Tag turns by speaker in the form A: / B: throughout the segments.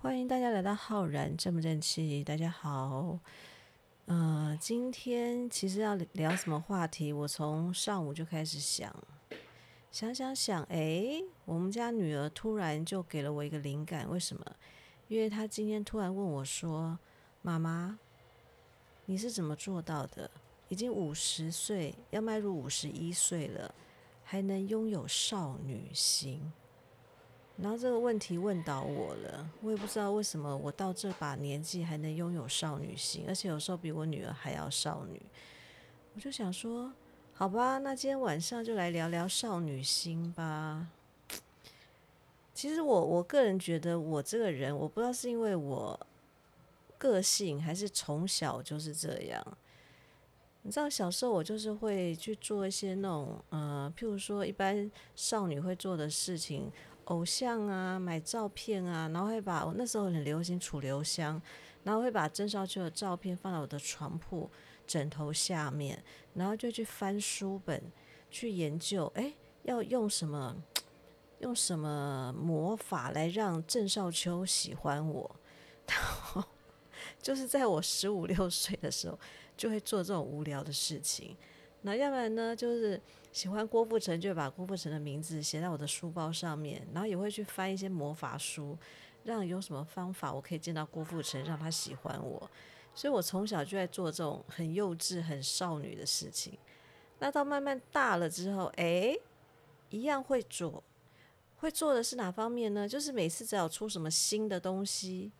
A: 欢迎大家来到浩然正不正气，大家好。呃，今天其实要聊什么话题？我从上午就开始想，想想想，诶，我们家女儿突然就给了我一个灵感，为什么？因为她今天突然问我说：“妈妈，你是怎么做到的？已经五十岁，要迈入五十一岁了，还能拥有少女心？”然后这个问题问倒我了，我也不知道为什么我到这把年纪还能拥有少女心，而且有时候比我女儿还要少女。我就想说，好吧，那今天晚上就来聊聊少女心吧。其实我我个人觉得，我这个人，我不知道是因为我个性，还是从小就是这样。你知道，小时候我就是会去做一些那种，呃，譬如说一般少女会做的事情，偶像啊，买照片啊，然后会把我那时候很流行储留箱，然后会把郑少秋的照片放到我的床铺枕头下面，然后就去翻书本去研究，诶，要用什么用什么魔法来让郑少秋喜欢我， 然后就是在我十五六岁的时候就会做这种无聊的事情。那要不然呢，就是喜欢郭富城，就会把郭富城的名字写在我的书包上面，然后也会去翻一些魔法书，让有什么方法我可以见到郭富城，让他喜欢我。所以我从小就在做这种很幼稚、很少女的事情。那到慢慢大了之后，诶，一样会做。会做的是哪方面呢？就是每次只要出什么新的东西，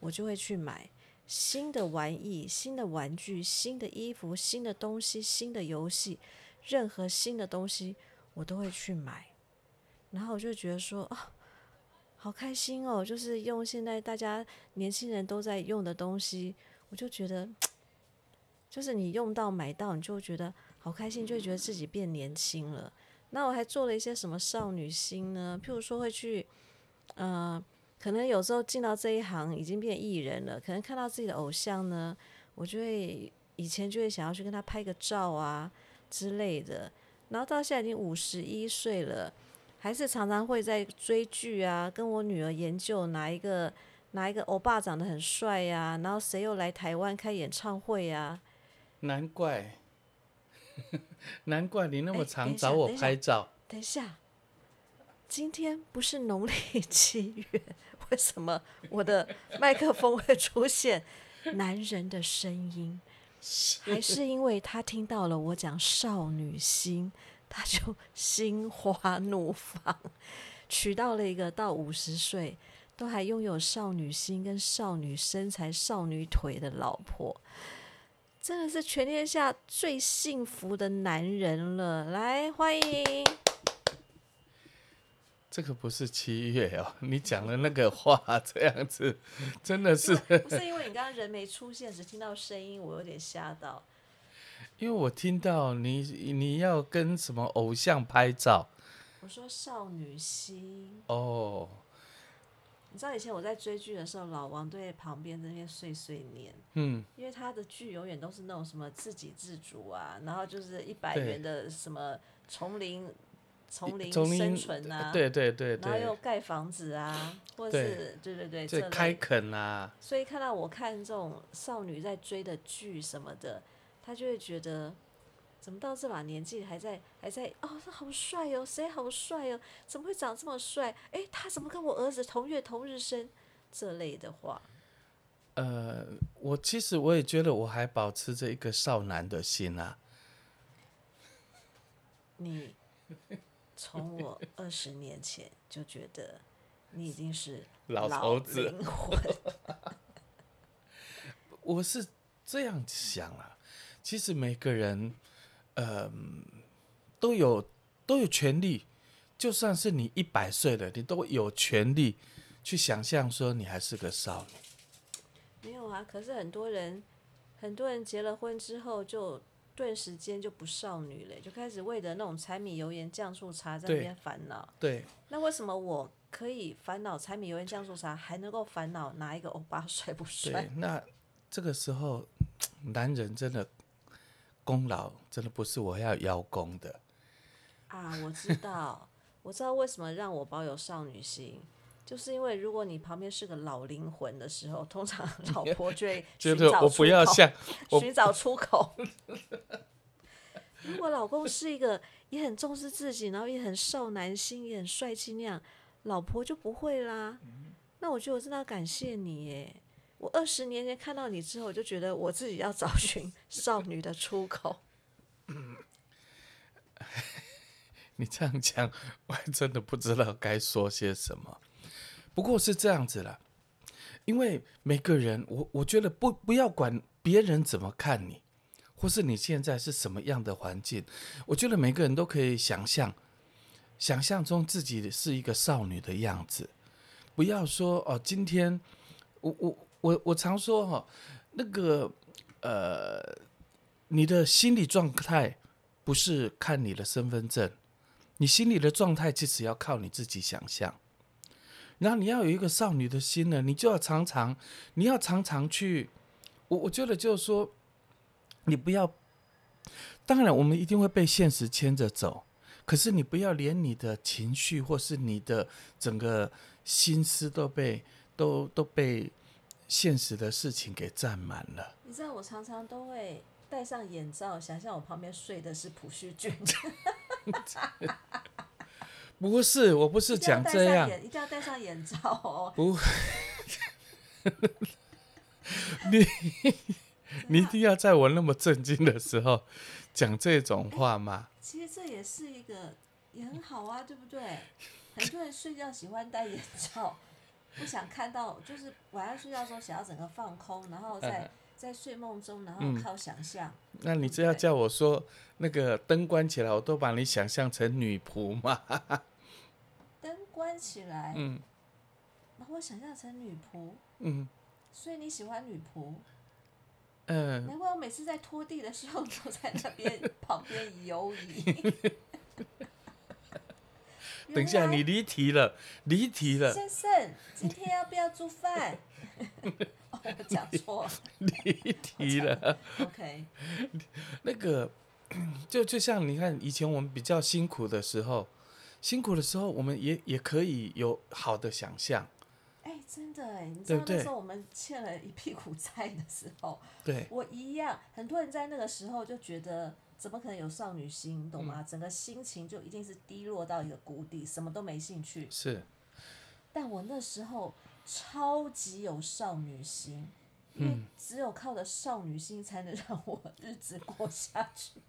A: 我就会去买新的玩意、新的玩具、新的衣服、新的东西、新的游戏，任何新的东西我都会去买。然后我就觉得说啊，好开心哦！就是用现在大家年轻人都在用的东西，我就觉得，就是你用到买到，你就会觉得好开心，就会觉得自己变年轻了。那我还做了一些什么少女心呢？譬如说会去，呃，可能有时候进到这一行已经变艺人了，可能看到自己的偶像呢，我就会以前就会想要去跟他拍个照啊之类的。然后到现在已经五十一岁了，还是常常会在追剧啊，跟我女儿研究哪一个哪一个欧巴长得很帅呀、然后谁又来台湾开演唱会呀、
B: 难怪， 难怪你那
A: 哎
B: 么
A: 等
B: 常
A: 一下
B: 找我
A: 等一下
B: 拍照。
A: 哎等一下，今天不是农历七月，为什么我的麦克风会出现男人的声音？还是因为他听到了我讲少女心，他就心花怒放，娶到了一个到五十岁都还拥有少女心、跟少女身材、少女腿的老婆。真的是全天下最幸福的男人了，来欢迎！
B: 这个不是七月哦， 你讲的那个话这样子，真的 是
A: 不是因为你刚刚人没出现，只听到声音，我有点吓到。
B: 因为我听到你你要跟什么偶像拍照
A: 我说少女心，
B: 哦，
A: 你知道以前我在追剧的时候，老王对旁边在那边碎碎念，
B: 嗯，
A: 因为他的剧永远都是那种什么自给自足啊，然后就是一百
B: 对
A: 元的什么丛林丛林
B: 丛林
A: 生存啊，
B: 对对对
A: 然后又
B: 对，
A: 盖房子啊，或者是对对对，这
B: 这开
A: 类
B: 垦啊，
A: 所以看到我看这种少女在追的剧什么的，他就会觉得，怎么到这把年纪还在还在哦，他好帅哦，谁好帅哦，怎么会长这么帅？诶，他怎么跟我儿子同月同日生？这类的话，
B: 呃，我其实我也觉得我还保持着一个少男的心啊，
A: 你 从我二十年前就觉得你已经是
B: 老头子
A: 灵魂，
B: 我是这样想啊，其实每个人，呃，都有都有权利，就算是你一百岁了，你都有权利去想象说你还是个少女。
A: 没有啊，可是很多人，很多人结了婚之后就顿时间就不少女了，就开始为了那种柴米油盐酱醋茶在那
B: 对
A: 边烦恼。
B: 对，
A: 那为什么我可以烦恼柴米油盐酱醋茶，还能够烦恼哪一个欧巴帅不帅？
B: 对，那这个时候，男人真的功劳真的不是我要邀功的，
A: 啊，我知道，我知道为什么让我保有少女心，就是因为如果你旁边是个老灵魂的时候，通常 老婆就会
B: 觉
A: 寻
B: 得
A: 找
B: 我
A: 出
B: 不要
A: 口
B: 像我
A: 寻找出口。 如果老公是一个也很重视自己，然后也很少男心，也很帅气那样，老婆就不会啦。那我觉得我真的要感谢你耶！我二十年前看到你之后，我就觉得我自己要找寻少女的出口。
B: 你这样讲，我还真的不知道该说些什么。不过是这样子啦，因为每个人，我我觉得不不要管别人怎么看你，或是你现在是什么样的环境，我觉得每个人都可以想象，想象中自己是一个少女的样子。不要说哦，今天我我我我常说哈、那个呃，你的心理状态不是看你的身份证。你心里的状态其实要靠你自己想象。然后你要有一个少女的心呢，你就要常常，你要常常去，我我觉得就是说，你不要，当然我们一定会被现实牵着走，可是你不要连你的情绪或是你的整个心思都被都都被现实的事情给占满了。
A: 你知道，我常常都会戴上眼罩，想象我旁边睡的是朴叙 俊。
B: 不是，我不是
A: 一定要
B: 讲
A: 戴
B: 这
A: 上
B: 样，
A: 眼一定要戴上眼罩 哦。
B: 不，你你一定要在我那么震惊的时候讲这种话吗？
A: 其实这也是一个，也很好啊，对不对？很多人睡觉喜欢戴眼罩， 不想看到，就是晚上睡觉的时候想要整个放空，然后
B: 嗯
A: 在、在睡梦中，然后靠想象。
B: 那你这要
A: 对
B: 叫我说那个灯关起来，我都把你想象成女仆嘛？
A: 灯关起来，
B: 嗯
A: 然后我想象成女仆，
B: 嗯
A: 所以你喜欢女仆？
B: 嗯、
A: 难怪我每次在拖地的时候都在那 边旁边游移。
B: 等一
A: 原
B: 下，
A: 来啊
B: 你离题了，离题了，
A: 先生，今天要不要做饭？ 哦，我讲错了
B: 离题了。
A: ，OK。
B: 那个，就就像你看，以前我们比较辛苦的时候，辛苦的时候，我们也也可以有好的想象，
A: 哎、真的哎，你知道
B: 对不
A: 那
B: 对
A: 时候我们欠了一屁股债的时候，
B: 对，
A: 我一样，很多人在那个时候就觉得，怎么可能有少女心，懂
B: 嗯
A: 吗？整个心情就一定是低落到一个谷底，什么都没兴趣。
B: 是。
A: 但我那时候超级有少女心，因
B: 嗯
A: 为只有靠着少女心才能 让我日子过下去。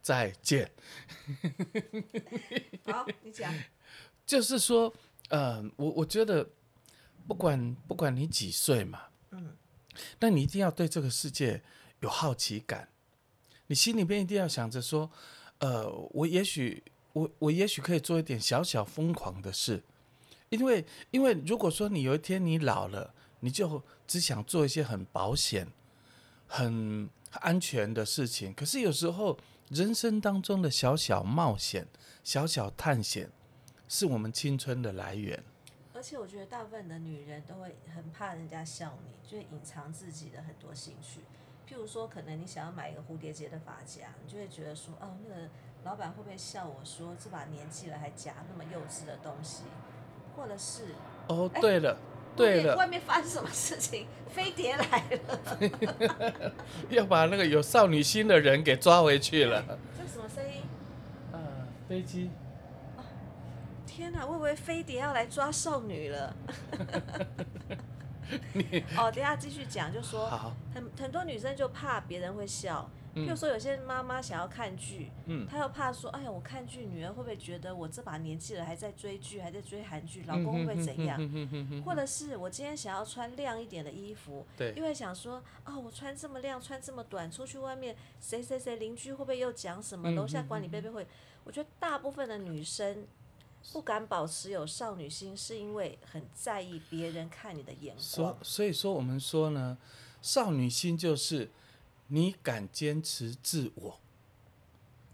B: 再见。
A: 好，你讲，
B: 就是说，呃，我我觉得，不管不管你几岁嘛，嗯，那你一定要对这个世界有好奇感，你心里面一定要想着说，呃，我也许我我也许可以做一点小小疯狂的事，因为因为如果说你有一天你老了，你就只想做一些很保险、很安全的事情，可是有时候人生当中的小小冒险、小小探险。是我们青春的来源。
A: 而且我觉得大部分的女人都会很怕人家笑你，就会隐藏自己的很多兴趣。譬如说，可能你想要买一个蝴蝶结的发夹，你就会觉得说，哦，那个老板会不会笑我说这把年纪了还夹那么幼稚的东西？或者是
B: 哦，对了，
A: 外
B: 对
A: 面
B: 了，
A: 外面发生什么事情，飞碟来了，
B: 要把那个有少女心的人给抓回去了。
A: 这什么声音？
B: 啊，飞机，
A: 天哪，我以为飞碟要来抓少女 了。 哦，等一下继续讲，就说
B: 好，
A: 很很多女生就怕别人会笑，譬如说有些妈妈想要看剧，
B: 嗯
A: 她又怕说，哎呀，我看剧，女儿会不会觉得我这把年纪了还在追剧，还在追韩剧，老公会不会
B: 哎
A: 怎
B: 嗯
A: 样？或者是我今天想要穿亮一点的衣服，
B: 对
A: 因为想说，哦，我穿这么亮，穿这么短，出去外面，谁谁谁邻居会不会又讲什么？
B: 嗯
A: 楼下管理贝贝会，我觉得大部分的女生。不敢保持有少女心，是因为很在意别人看你的眼光
B: 所。所以说我们说呢，少女心就是你敢坚持自我，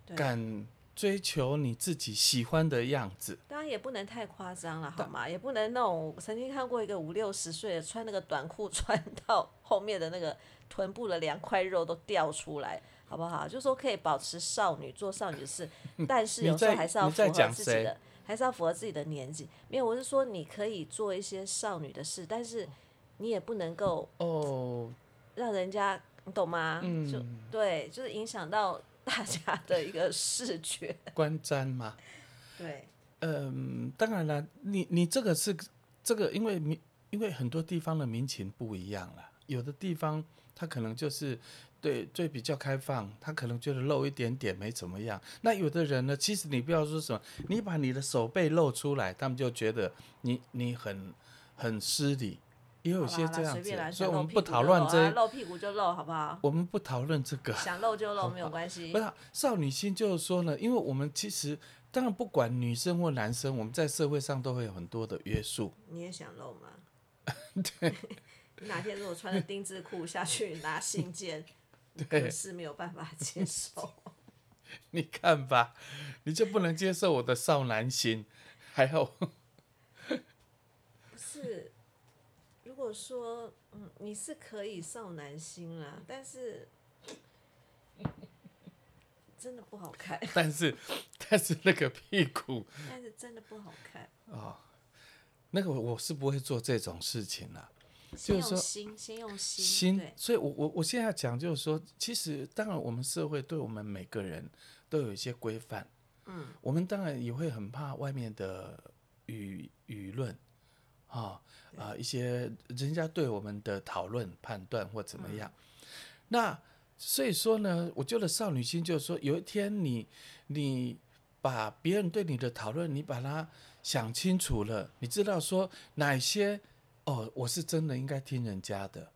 A: 对
B: 敢追求你自己喜欢的样子。
A: 当然也不能太夸张了，好吗？也不能那种，我曾经看过一个五六十岁的穿那个短裤， 穿到后面的那个臀部的两块肉都掉出来，好 不好？就说可以保持少女，做少女的事，但是
B: 你
A: 有时候
B: 在
A: 还是要
B: 你
A: 符
B: 在
A: 合
B: 讲
A: 自己
B: 谁
A: 的，还是要符合自己的年纪。没有，我是说你可以做一些少女的事，但是你也不能够
B: 哦，
A: 让人家，你懂吗？就
B: 嗯，
A: 对，就是影响到大家的一个视觉。
B: 观瞻嘛，
A: 对，
B: 嗯，当然了，你你这个是这个，因为民因为很多地方的民情不一样了，有的地方它可能就是对对比较开放，他可能觉得露一点点没怎么样。那有的人呢，其实你不要说什么，你把你的手背露出来，他们就觉得你你很很失礼，也有些
A: 好啦
B: 这
A: 好啦
B: 样
A: 随
B: 子
A: 便啦，，
B: 所
A: 想
B: 以我
A: 露
B: 们
A: 屁
B: 不
A: 股
B: 讨
A: 就
B: 论
A: 露啊
B: 这，
A: 露屁股就露，好不 好？
B: 我们不讨论这个。
A: 想露就露，没有关系
B: 不。是啊少女心，就是说呢，因为我们其实当然不管女生或男生，我们在社会上都会有很多的约束。
A: 你也想露吗？ 对。哪天如果穿着丁字裤下去拿信 件，我可是没有办法接受。
B: 你看吧，你就不能接受我的少男心，还有
A: 不是，如果说嗯，你是可以少男心啦，但是真的不好看，
B: 但是但是那个屁股
A: 但是真的不好看。
B: 那个我是不会做这种事情啊啦、
A: 先用
B: 就是说
A: 心，先用心，
B: 心
A: 对，，
B: 所以我我我现在要讲就是说，其实当然我们社会对我们每个人都有一些规范，嗯，我们当然也会很怕外面的舆舆论啊啊、一些人家对我们的讨论、判断或怎么样。那所以说呢，我觉得少女心就是说，有一天你你把别人对你的讨论，你把它想清楚了，你知道说哪些哦，我是真的应该听人家的。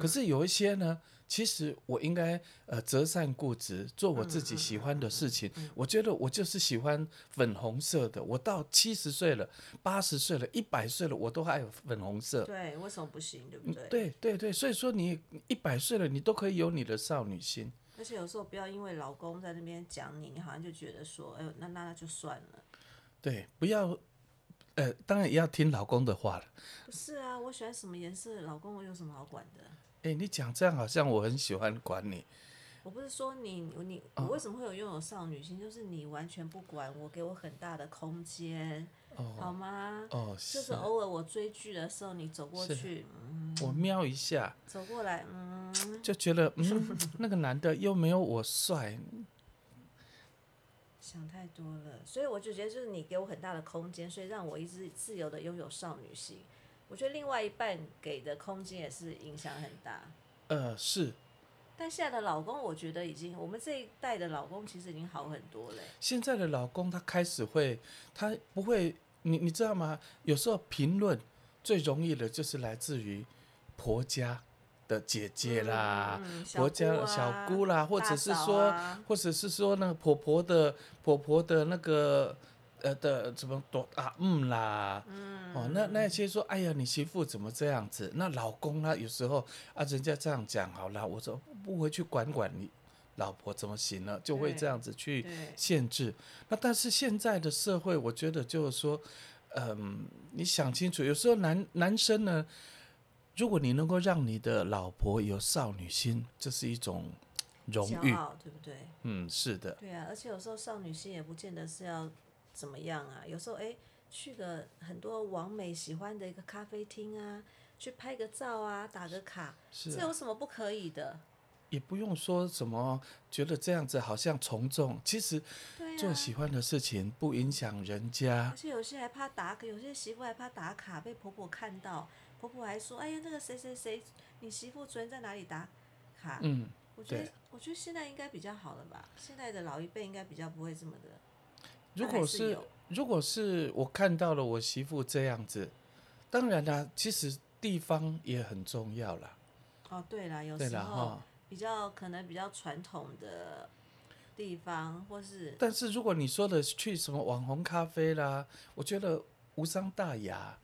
B: 可是有一些呢，其实我应该呃择善固执，做我自己喜欢的事情。我觉得我就是喜欢粉红色的。我到七十岁了、八十岁了、一百岁了，我都还有粉红色。
A: 对，为什么不行？对不对？
B: 对对对，所以说你一百岁了，你都可以有你的少女心。
A: 而且有时候不要因为老公在那边讲你，你好像就觉得说，哎呦，那那那就算了。
B: 对，不要，呃，当然也要听老公的话了。
A: 不是啊，我喜欢什么颜色，老公我有什么好管的？
B: 哎，你讲这样好像我很喜欢管你。
A: 我不是说你你我为什么会有拥有少女心，就是你完全不管我，给我很大的空间，好吗？
B: 哦，
A: 就是偶尔我追剧的时候，你走过去，嗯，
B: 我瞄一下
A: 走过来，嗯，
B: 就觉得， 嗯，那个男的又没有我帅，
A: 想太多了。所以我就觉得，就是你给我很大的空间，所以让我一直自由的拥有少女心。我觉得另外一半给的空间也是影响很大。
B: 呃，是。
A: 但现在的老公，我觉得已经，我们这一代的老公其实已经好很多了欸。
B: 现在的老公他开始会，他不会，你你知道吗？有时候评论最容易的就是来自于婆家的姐姐啦，
A: 嗯小
B: 婆家
A: 姑
B: 的
A: 啊
B: 小姑啦，或者是
A: 大嫂
B: 说，
A: 啊
B: 或者是说那个婆婆的婆婆的那个呃的什么多啊嗯啦，哦，那那些说，哎呀，你媳妇怎么这样子？那老公他有时候啊，人家这样讲好啦，我说不回去管管你老婆怎么行呢？就会
A: 对
B: 这样子去
A: 对
B: 限制。那但是现在的社会，我觉得就是说，嗯，你想清楚，有时候男男生呢，如果你能够让你的老婆有少女心，这是一种荣
A: 骄
B: 誉。
A: 傲，对不对？
B: 嗯，是的，
A: 对啊，而且有时候少女心也不见得是要怎么样啊，有时候哎，去个很多网美喜欢的一个咖啡厅啊，去拍个照啊，打个卡，
B: 是啊
A: 这有什么不可以的？
B: 也不用说什么觉得这样子好像从众，其实
A: 对
B: 做
A: 啊。
B: 喜欢的事情不影响人家
A: 而。且有些还怕打卡，有些媳妇还怕打卡被婆婆看到，婆婆还说：“哎呀，那个谁谁谁，你媳妇昨天在哪里打卡？”
B: 嗯，
A: 我觉得
B: 对，
A: 我觉得现在应该比较好了吧？现在的老一辈应该比较不会这么的。
B: 如
A: 那
B: 果
A: 还是
B: 是
A: 有
B: 如果是我看到了我媳妇这样子，当然啦、其实地方也很重要啦。
A: 哦，对了，有
B: 对
A: 时
B: 啦，
A: 候
B: 哈。
A: 比较可能比较传统的地方，或是
B: 但是如果你说的去什么网红咖啡啦，我觉得无伤大雅，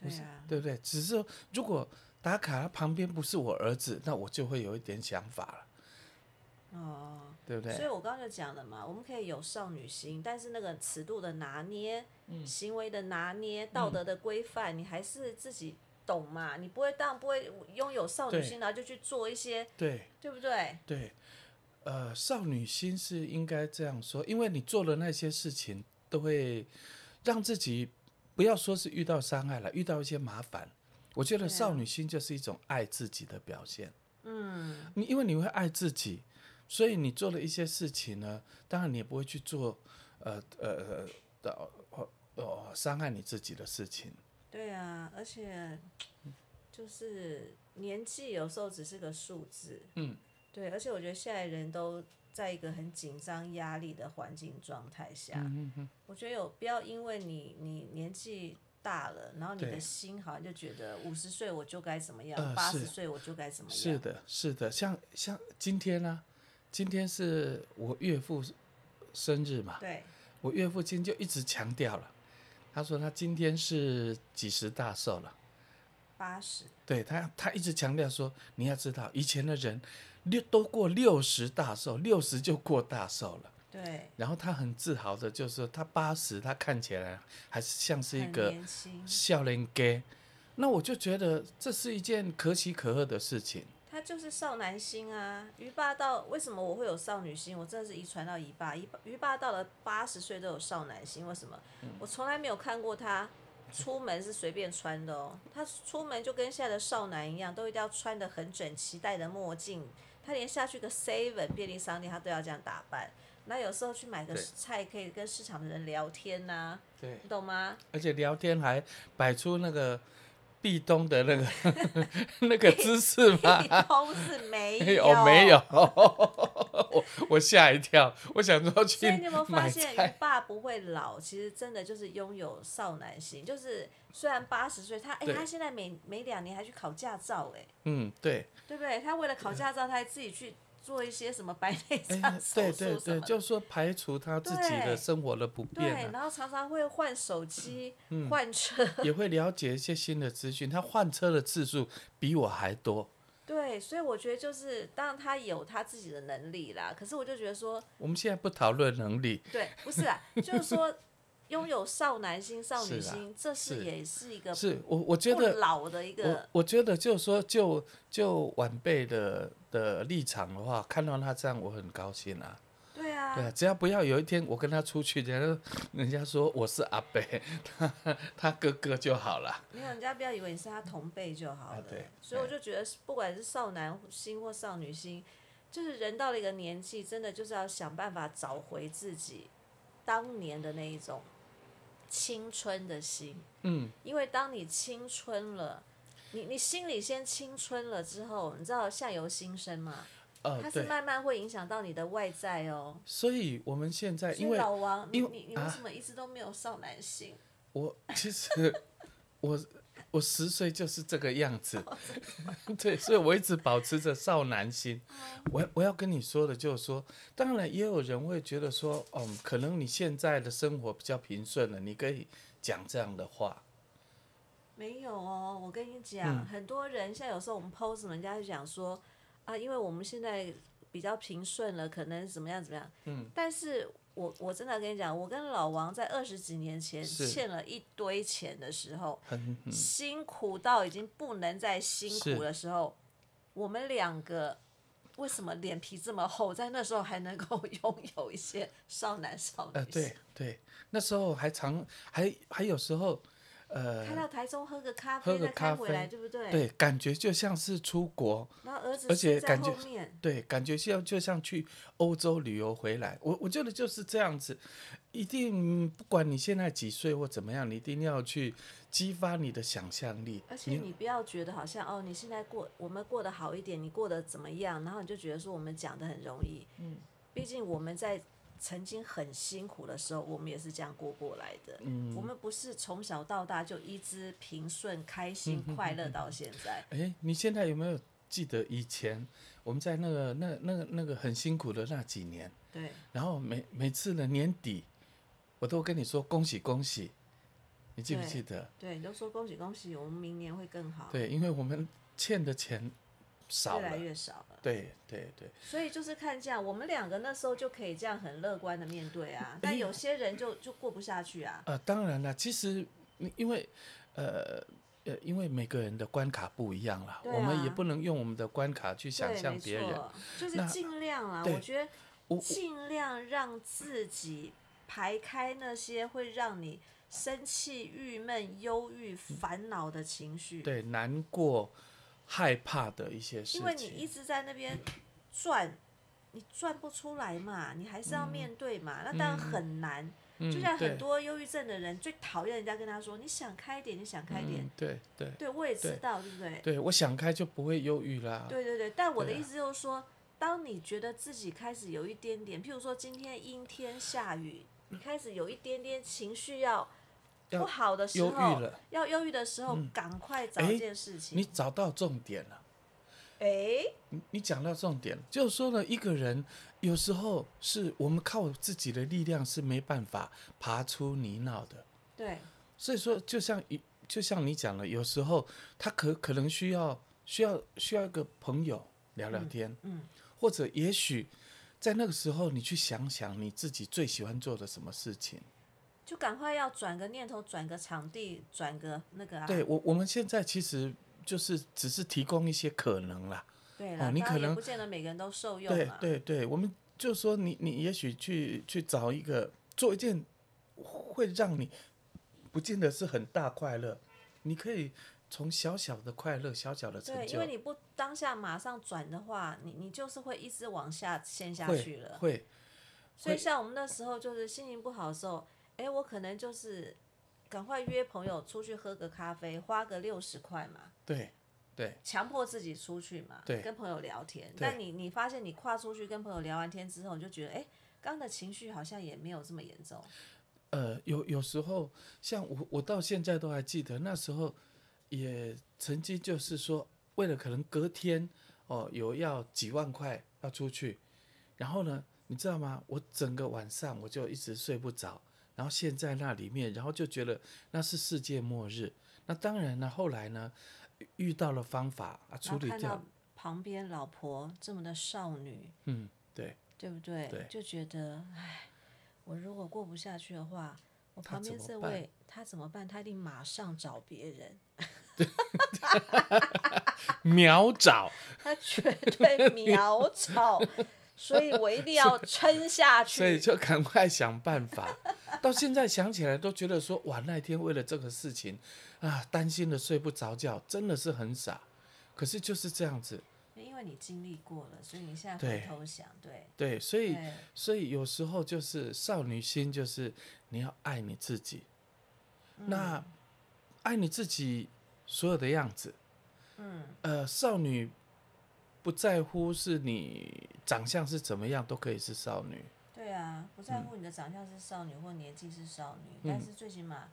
A: 对啊，
B: 对不对？只是如果打卡旁边不是我儿子，那我就会有一点想法了，
A: 哦，
B: 对不
A: 所以
B: 对？
A: 我刚刚就讲了嘛，我们可以有少女心，但是那个尺度的拿捏，
B: 嗯
A: 行为的拿捏，道德的规范，你还是自己懂嘛，你不会当然不会拥有少女
B: 对
A: 心，然后就去做一些，
B: 对
A: 对不对？
B: 对，呃，少女心是应该这样说，因为你做的那些事情都会让自己不要说是遇到伤害了，遇到一些麻烦，我觉得
A: 对啊
B: 少女心就是一种爱自己的表现。嗯，你因为你会爱自己，所以你做了一些事情呢，当然你也不会去做呃呃呃的呃呃伤害你自己的事情。
A: 对啊，而且就是年纪有时候只是个数字，
B: 嗯，
A: 对，而且我觉得现在人都在一个很紧张、压力的环境状态下，
B: 嗯
A: 我觉得有不要因为你你年纪。大了，然后你
B: 对
A: 的心好像就觉得五十岁我就该怎么样，
B: 呃
A: 八
B: 是
A: 十岁我就该怎么样。
B: 是的，是的，像像今天呢、今天是我岳父生日嘛，
A: 对，
B: 我岳父亲就一直强调了，他说他今天是几十大寿了。
A: 八十，
B: 对他，他一直强调说，你要知道，以前的人六都过六十大寿，六十就过大寿了。
A: 对，
B: 然后他很自豪的，就是说他八十，他看起来还是像是一
A: 很
B: 个
A: 年轻，
B: 笑脸 gay。那我就觉得这是一件可喜可贺的事情。
A: 他就是少男心啊。于霸道为什么我会有少女心？我真的是遗传到于霸，于霸于霸到了八十岁都有少男心，为什么？
B: 嗯
A: 我从来没有看过他出门是随便穿的哦，他出门就跟现在的少男一样，都一定要穿的很整齐，戴着墨镜，他连下去个 seven 便利商店他都要这样打扮。那有时候去买个
B: 对
A: 菜，可以跟市场的人聊天呐、
B: 对，
A: 你懂 吗？
B: 而且聊天还摆出那个壁咚的那个 那个姿势 嘛。
A: 都是没有，
B: 哦，没 有，我我吓一跳，我想说去
A: 所以你有 没有发
B: 买
A: 现，
B: 菜
A: 于。爸不会老，其实真的就是拥有少男心。就是虽然八十岁，他哎、
B: 对
A: 他现在每每两年还去考驾照、哎，
B: 嗯， 对。
A: 对不对？他为了考驾照，他还自己去做一些什么白内障
B: 哎
A: 手
B: 对
A: 术什
B: 对
A: 么的
B: 对，就是说排除他自己的
A: 对
B: 生活的不
A: 对
B: 便、啊，嗯
A: 然后常常会换手机、换 车，
B: 也会了解一些新的资讯。他换车的次数比我还多。
A: 对，所以我觉得就是，当然他有他自己的能力啦。可是我就觉得说，
B: 我们现在不讨论能力，
A: 对，不是啊，就是说拥有少男心、少女
B: 是啊
A: 心，这是
B: 是
A: 也是一个
B: 是我我觉
A: 不
B: 得
A: 老的一个
B: 我我觉得就是说就就晚辈的的立场的话，看到他这样，我很高兴啊。
A: 对啊，
B: 对啊，只要不要有一天我跟他出去，人家人家说我是阿伯， 他他哥哥就好了。
A: 没有，人家不要以为你是他同辈就好了。
B: 啊对
A: 所以我就觉得，不管是少男心或少女心，就是人到了一个年纪，真的就是要想办法找回自己当年的那一种青春的心。
B: 嗯，
A: 因为当你青春了，你你心里先青春了之后，你知道相由心生嘛，
B: 哦
A: 它是
B: 对，
A: 慢慢会影响到你的外在哦。
B: 所以我们现在因
A: 所以
B: 为
A: 老王，你
B: 因为
A: 你你为
B: 啊
A: 什么一直都没有少男心？
B: 我其实 我我十岁就是这个样子，
A: 哦
B: 对，所以我一直保持着少男心。
A: 哦
B: 我我要跟你说的就是说，当然也有人会觉得说，嗯，可能你现在的生活比较平顺了，你可以讲这样的话。
A: 没有哦，我跟你讲，
B: 嗯
A: 很多人现在有时候我们 PO 什么，人家就讲说啊，因为我们现在比较平顺了，可能怎么样怎么样。嗯。但是我我真的跟你讲，我跟老王在二十几年前
B: 是
A: 欠了一堆钱的时候，
B: 很
A: 辛苦到已经不能再辛
B: 是
A: 苦的时候，我们两个。为什么脸皮这么厚，在那时候还能够 拥有一些少男少女
B: 呃，
A: 心？
B: 对对，那时候还常还还有时候，呃，
A: 开到台中喝个咖
B: 喝
A: 啡，
B: 个
A: 再开
B: 咖
A: 回来，
B: 啡
A: 对不对？
B: 对，感觉就像是出国，
A: 然后儿子
B: 而且
A: 睡在
B: 感觉
A: 后面，
B: 对，感觉像就像去欧洲旅游回来，我我觉得就是这样子，一定不管你现在几岁或怎么样，你一定要去激发你的想象力。
A: 而且
B: 你
A: 你不要觉得好像哦，你现在过我们过得好一点，你过得怎么样？然后你就觉得说我们讲的很容易，嗯，毕竟我们在曾经很辛苦的时候，我们也是这样过过来的，嗯，我们不是从小到大就一直平顺、开
B: 嗯
A: 心、快乐到现在，
B: 哎，你现在有没有记得以前我们在那个那那个那个很辛苦的那几年，
A: 对，
B: 然后每每次的年底，我都跟你说恭喜恭喜，你记不
A: 对
B: 记得？
A: 对，你都说恭喜恭喜，我们明年会更好，
B: 对，因为我们欠的钱少
A: 越来
B: 了。
A: 越少了。
B: 对对对，
A: 所以就是看这样，我们两个那时候就可以这样很乐观的面对 啊，但有些人就就过不下去啊，
B: 呃，当然了，其实你因为呃呃，因为每个人的关卡不一样啦，
A: 对
B: 我们
A: 啊
B: 也不能用我们的关卡去想
A: 对，
B: 象
A: 没
B: 别人。
A: 错，就是
B: 那
A: 尽量啊，
B: 对
A: 我觉
B: 我
A: 得尽量让自己排开那些会让你生气、郁闷、忧郁、烦恼的情绪。
B: 嗯对难过、害怕的一些事
A: 因为你
B: 情。
A: 一直在那边转，你转不出来嘛，你还是要
B: 嗯
A: 面对嘛，那当然很难。就像很多忧郁症的人，最讨厌人家跟他说：“你想开一点，你想开一
B: 对
A: 点。
B: 嗯对对
A: 对我也知
B: 对
A: 道，对不对？
B: 对，我想开就不会忧郁啦。
A: 对对对，但我的
B: 对啊
A: 意思就是说，当你觉得自己开始有一点点，譬如说今天阴天下雨，你开始有一点点情绪要
B: 要
A: 不好的时
B: 忧郁
A: 候
B: 了，
A: 要忧郁的时候，赶快找
B: 诶
A: 一件事
B: 你
A: 情。
B: 找到重点了。
A: 哎，
B: 你你讲到重点了，就是说呢，一个人有时候是我们靠自己的力量是没办法爬出泥淖的，
A: 对
B: 所以说就像一就像你讲了，有时候他可可能需要需要需要一个朋友聊聊天，
A: 嗯
B: 或者也许在那个时候你去想想你自己最喜欢做的什么事情。
A: 就赶快要转个念头，转个场地，转个那个啊。
B: 对我我们现在其实就是只是提供一些可能啦，
A: 对
B: 哦
A: 啦，
B: 你
A: 当
B: 可
A: 然也
B: 能
A: 不见得每个人都受用
B: 对
A: 嘛。
B: 对对，我们就说你你也许去去找一个做一件会让你不见得是很大快乐，你可以从小小的快乐、小小的成
A: 对，
B: 就
A: 因为你不当下马上转的话，你你就是会一直往下陷下去
B: 会
A: 了。
B: 会
A: 所以像我们那时候就是心情不好的时候，哎，我可能就是赶快约朋友出去喝个咖啡，花个六十块嘛，
B: 对对
A: 强迫自己出去嘛，
B: 对
A: 跟朋友聊天。但你你发现你跨出去跟朋友聊完天之后，你就觉得哎，诶刚的情绪好像也没有这么严重。
B: 呃，有有时候像我，我到现在都还记得那时候，也曾经就是说，为了可能隔天哦有要几万块要出去，然后呢，你知道吗？我整个晚上我就一直睡不着，然后陷在那里面，然后就觉得那是世界末日。那当然了，后来呢，遇到了方法啊，
A: 然
B: 处
A: 后
B: 理
A: 看
B: 掉
A: 到，旁边老婆这么的少女，
B: 嗯，对，
A: 对不对？
B: 对
A: 就觉得，唉，我如果过不下去的话，我
B: 他
A: 旁
B: 怎
A: 边
B: 么
A: 这
B: 办
A: 位他怎么办？他一定马上找别人，啊
B: 秒找，
A: 他绝对秒找，所以我一定要撑下
B: 所以
A: 去。
B: 就赶快想办法。到现在想起来都觉得说，哇，那一天为了这个事情啊，担心的睡不着觉，真的是很傻。可是就是这样子，
A: 因为你经历过了，所以你现在
B: 对
A: 回头想，对
B: 对，所以
A: 对
B: 所以有时候就是少女心，就是你要爱你自己。
A: 嗯
B: 那爱你自己所有的样子，嗯，呃，少女不在乎是你长相是怎么样，都可以是少女。
A: 对啊，不
B: 嗯
A: 在乎你的长相是少女或年纪是少女，但是最起码。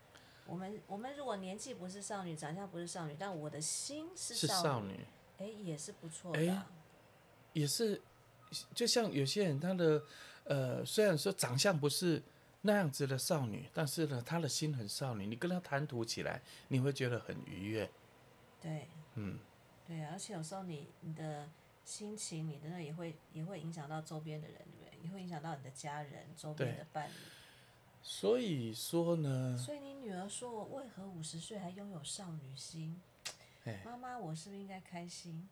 A: 我们我们如果年纪不是少女，长相不是少女，但我的心是
B: 是少
A: 少，
B: 女，
A: 哎，也是不错
B: 哎
A: 的啊、
B: 也是，就像有些人他的呃，虽然说长相不是那样子的少女，但是呢，她的心很少女。你跟她谈吐起来，你会觉得很愉悦。
A: 对，
B: 嗯，
A: 对啊，而且有时候你你的心情，你的那也会也会影响到周边的人，对不对？也会影响到你的家人、周边
B: 对
A: 的伴侣。
B: 所以说呢，
A: 所以你女儿说我为何五十岁还拥有少女心
B: 哎？
A: 妈妈，我是不是应该开心？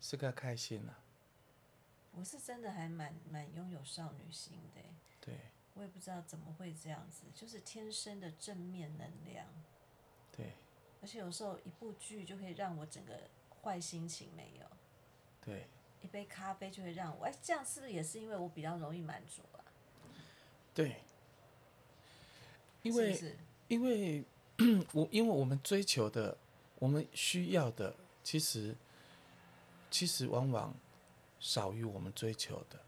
B: 是该开心啊。
A: 我是真的还蛮蛮拥有少女心的欸，
B: 对
A: 我也不知道怎么会这样子，就是天生的正面能量，
B: 对
A: 而且有时候一部剧就可以让我整个坏心情没有，
B: 对，
A: 一杯咖啡就会让我哎，这样是不是也是因为我比较容易满足啊？
B: 对，因
A: 是不
B: 为
A: 是
B: 因为 我因为我们追求的，我们需要的，其实其实往往少于我们追求的。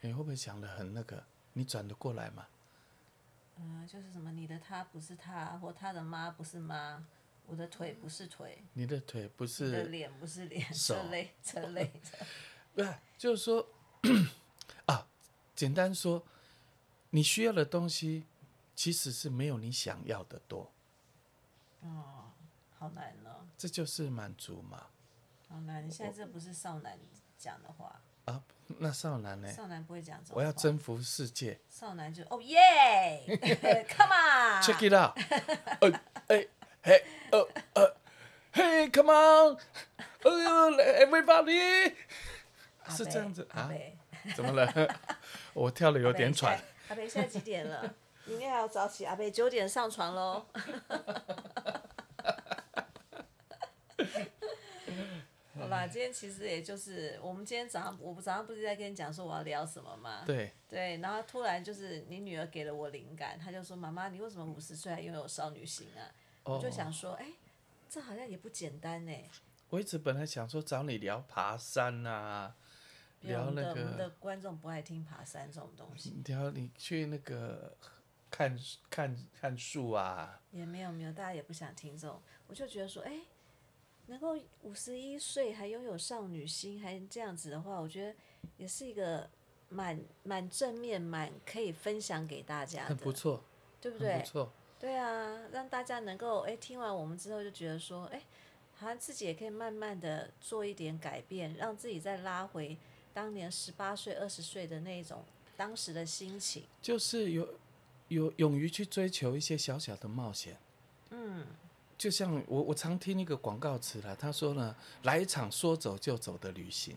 B: 你会不会想的很那个？你转得过来吗？
A: 嗯，就是什么你的他不是他，或他的妈不是妈，我的腿不是腿，
B: 你的腿不
A: 你的
B: 是
A: 脸不是脸，
B: 手
A: 这类这类
B: 不是，就是说啊，简单说，你需要的东西其实是没有你想要的多，
A: 哦，好难哦，
B: 这就是满足嘛。
A: 好难。现在这不是少男讲的话，
B: 啊，那少男呢？
A: 少男不会讲这种话。
B: 哎我要征服世界、
A: 少男就哦 耶，Come
B: c h e
A: on，
B: c k it out！呃，哎，嘿，呃，呃，嘿，come on！呃，everybody！
A: 阿
B: 是
A: 北
B: 这样子
A: 阿
B: 啊？
A: 北
B: 怎么了？我跳的有
A: 阿北
B: 点
A: 现在
B: 喘。
A: 阿北现在几点了？你应该要早起，阿贝九点上床喽。 好啦，今天其实也就是我们今天早上，我早上不是在跟你讲说我要聊什么吗？
B: 对，
A: 对，然后突然就是你女儿给了我灵感，她就说：“妈妈，你为什么五十岁还拥有少女心啊？”我
B: 哦
A: 就想说，哎、这好像也不简单呢、
B: 我一直本来想说找你聊爬山啊，
A: 因为我
B: 聊
A: 们的
B: 那
A: 我们的
B: 个，
A: 观众不爱听爬山这种东西，
B: 聊你去那个看看看树啊，
A: 也没有没有，大家也不想听这种。我就觉得说，哎、能够五十一岁还拥有少女心，还这样子的话，我觉得也是一个蛮蛮正面、蛮可以分享给大家
B: 很不
A: 的，
B: 错，
A: 对不
B: 很
A: 对
B: 不？错。
A: 对啊，让大家能够哎听完我们之后就觉得说，哎，好像自己也可以慢慢的做一点改变，让自己再拉回当年十八岁、二十岁的那一种当时的心情。
B: 就是有有勇于去追求一些小小的冒险。嗯，就像我我常听一个广告词啦，他说呢，来一场说走就走的旅行。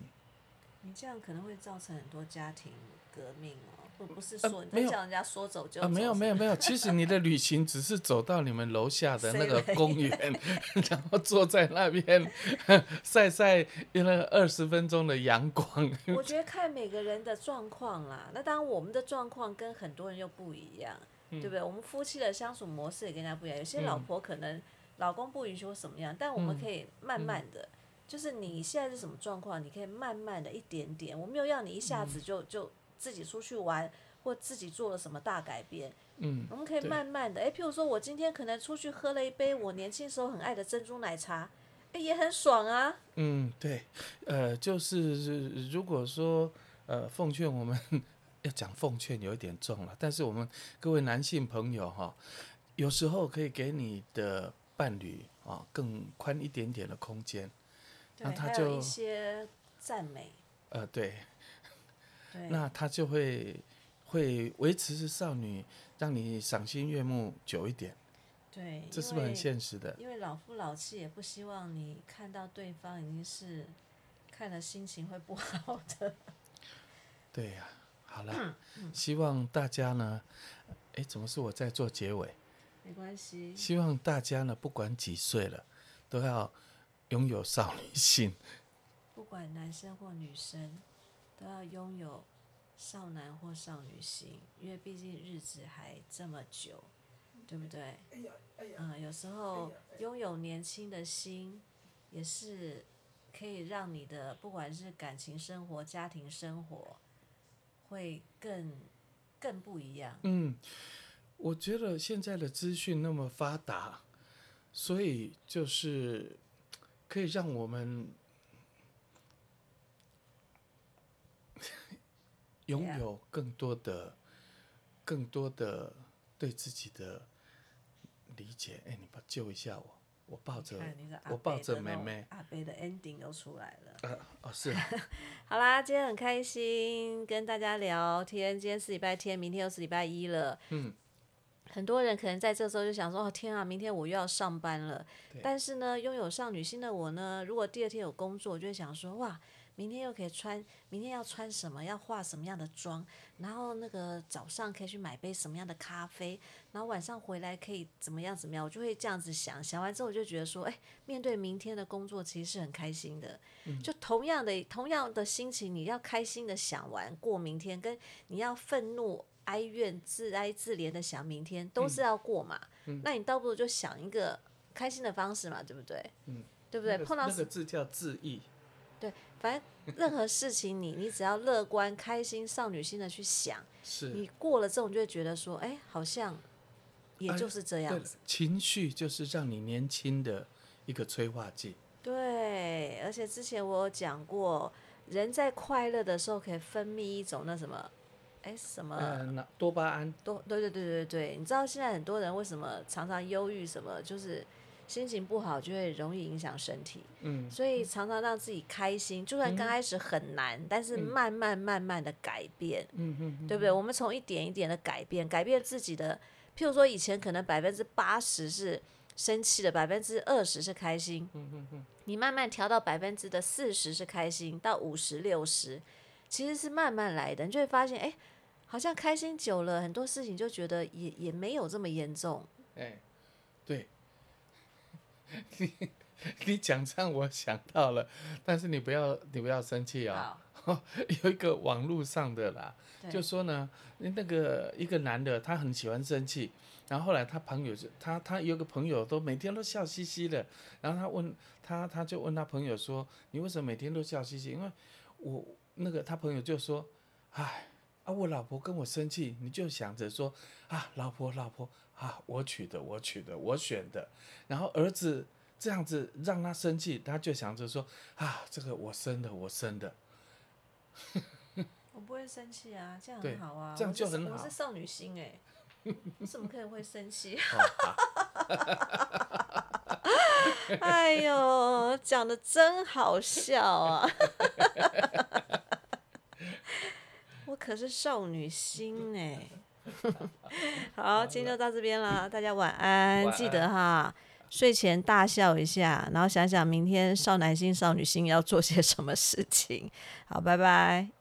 A: 你这样可能会造成很多家庭革命哦，不不是
B: 呃
A: 说、
B: 没
A: 你
B: 有
A: 在叫人家说走就走、
B: 啊，没有没有没有，其实你的旅行只是走到你们楼下的那个
A: Seven
B: 公园， 然后坐在那边 晒晒那二十分钟的阳光。
A: 我觉得看每个人的状况啦。那当然，我们的状况跟很多人又不一样，对
B: 嗯
A: 不对？我们夫妻的相处模式也跟人家不一样。有些老婆可能老公不允许我什么样，但我们
B: 嗯
A: 可以慢慢的，就是你现在是什么状况，你可以慢慢的一点点。我没有要你一下
B: 嗯
A: 子就、就自己出去玩。或自己做了什么大改变，
B: 嗯，
A: 我们可以
B: 对
A: 慢慢的，诶，譬如说我今天可能出去喝了一杯我年轻时候很爱的珍珠奶茶，诶，也很爽啊，
B: 嗯，对，呃，就是如果说呃，奉劝我们要讲奉劝有一点重了，但是我们各位男性朋友哈、有时候可以给你的伴侣啊、更宽一点点的空间，
A: 对，
B: 那他
A: 还有
B: 就
A: 一些赞美，
B: 呃，对，
A: 对，
B: 那他就会会维持少女，让你赏心悦目久一点，
A: 对，
B: 这
A: 因
B: 是不是很
A: 为
B: 现实的？
A: 因为老夫老妻也不希望你看到对方已经是看了心情会不好的。
B: 对呀、好
A: 嗯
B: 了，希望大家呢，哎，怎么是我在做结尾？
A: 没关系，
B: 希望大家呢，不管几岁了，都要拥有少女心。
A: 不管男生或女生，都要拥有少男或少女心，因为毕竟日子还这么久，对不对？嗯，有时候拥有年轻的心，也是可以让你的不管是感情生活、家庭生活，会更更不一样。
B: 嗯，我觉得现在的资讯那么发达，所以就是可以让我们拥有更多的、 更多的对自己的理解。哎，你把救一下我，我抱着
A: 你看你的阿
B: 我抱
A: 伯
B: 着
A: 的
B: 妹
A: 那种
B: 妹。
A: 阿贝的 ending 又出来了。
B: 呃，哦，是啊。
A: 好啦，今天很开心跟大家聊天。今天是礼拜天，明天又是礼拜一了。
B: 嗯，
A: 很多人可能在这时候就想说：“哦天啊，明天我又要上班了。”
B: 对
A: 但是呢，拥有少女心的我呢，如果第二天有工作，我就会想说：“哇，明天又可以穿，明天要穿什么，要化什么样的妆，然后那个早上可以去买杯什么样的咖啡，然后晚上回来可以怎么样怎么样。”我就会这样子想。想完之后，我就觉得说：“哎，面对明天的工作，其实是很开心的。就同样的同样的心情，你要开心的想完过明天，跟你要愤怒、哀怨、自哀自怜的想明天，都
B: 嗯
A: 是要过嘛。那你倒不如就想一个开心的方式嘛，对不对？
B: 嗯，
A: 对不对？
B: 那个
A: 碰到
B: 那个字叫自意，
A: 对，反正任何事情你 你只要乐观、开心、少女心的去想，
B: 是
A: 你过了之后，你就会觉得说，哎，好像也
B: 哎
A: 就是这样
B: 对了
A: 子。
B: 情绪就是让你年轻的一个催化剂。
A: 对，而且之前我有讲过，人在快乐的时候可以分泌一种那什么，哎，什么？
B: 呃，那多巴胺，
A: 多对对对对对，你知道现在很多人为什么常常忧郁什么，就是心情不好就会容易影响身体，
B: 嗯，
A: 所以常常让自己开心，就算刚开始很难，但是慢慢慢慢的改变，
B: 嗯嗯，
A: 对不对？我们从一点一点的改变，改变自己的，譬如说以前可能百分之八十是生气的，百分之二十是开心，
B: 嗯
A: 你慢慢调到百分之的四十是开心，到五十六十，其实是慢慢来的，你就会发现，哎，好像开心久了，很多事情就觉得也也没有这么严重。
B: 哎，对， 你你讲这样我想到了，但是你不要你不要生气哦。
A: 好，
B: 有一个网络上的啦，
A: 对
B: 就说呢，那个一个男的他很喜欢生气，然后后来他朋友就他他有个朋友都每天都笑嘻嘻的，然后他问他他就问他朋友说，你为什么每天都笑嘻嘻？因为我那个他朋友就说，唉啊，我老婆跟我生气，你就想着说啊，老婆老婆啊，我娶的我娶的我选的，然后儿子。这样子让他生气，他就想着说啊，这个我生的，我生的，
A: 我不会生气啊，这样
B: 对
A: 很好啊，
B: 这样
A: 我是
B: 就很
A: 我
B: 好
A: 是少女心哎、 我怎么可能会生气？
B: 哦
A: 哎呦，讲的真好笑啊！ 我可是少女心哎、好，今天就到这边啦，大家晚安，
B: 晚
A: 记
B: 安
A: 得哈。睡前大笑一下，然后想想明天少男心、少女心要做些什么事情。好，拜拜。